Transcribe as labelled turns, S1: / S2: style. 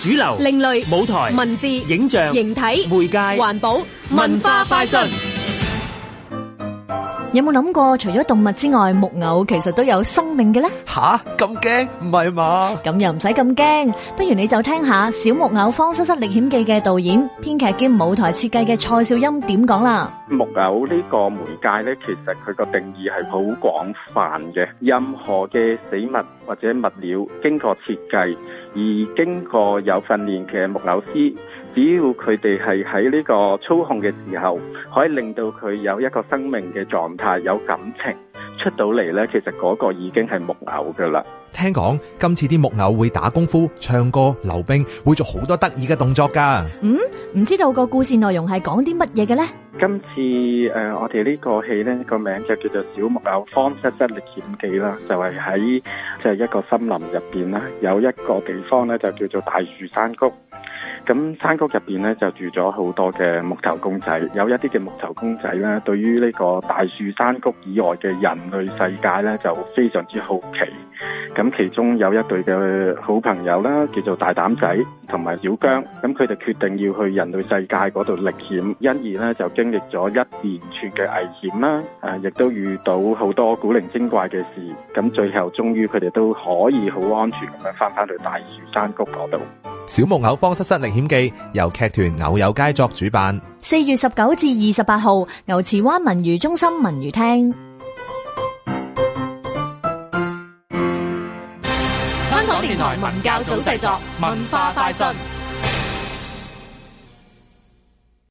S1: 主流、
S2: 另類
S1: 舞台、
S2: 文字、
S1: 影像、
S2: 形體、
S1: 媒介、
S2: 環保、文化快訊。
S3: 有冇諗過，除咗動物之外，木偶其實都有生命嘅呢？
S4: 吓咁驚？唔係嘛？
S3: 咁又唔使咁驚，不如你就聽下《小木偶方失失歷險記》嘅導演、編劇兼舞台設計嘅蔡少欽點講啦。
S5: 木偶呢個媒介呢，其實佢個定義係好廣泛嘅，任何嘅死物或者物料經過設計，而經過有訓練嘅木偶師，只要佢哋係喺呢個操控嘅時候，可以令到佢有一個生命嘅狀態，有感情出到嚟呢，其實嗰個已經係木偶噶啦。
S4: 聽講今次啲木偶會打功夫、唱歌、溜冰，會做好多得意嘅動作㗎。
S3: 嗯，唔知道個故事內容係講啲乜嘢嘅呢？
S5: 今次誒、呃，我哋呢個戲呢個名就叫做《小木偶方失失歷險記》啦，就係喺即係一個森林入邊啦，有一個地方呢，就叫做大樹山谷。咁山谷入邊呢，就住咗好多嘅木頭公仔，有一啲嘅木頭公仔呢，對於呢個大樹山谷以外嘅人類世界呢，就非常之好奇。咁其中有一對嘅好朋友啦，叫做大膽仔同埋小姜，咁佢哋決定要去人類世界嗰度歷險，因而咧就經歷咗一連串嘅危險啦，誒亦都遇到好多古靈精怪嘅事，咁最後終於佢哋都可以好安全咁樣翻返去大樹山谷嗰度。
S4: 小木偶方失失歷險記由劇團偶有佳作主辦。
S3: 四月十九至二十八號，牛池灣文娛中心文娛廳。
S2: 香港電台文教組製作，文化快訊。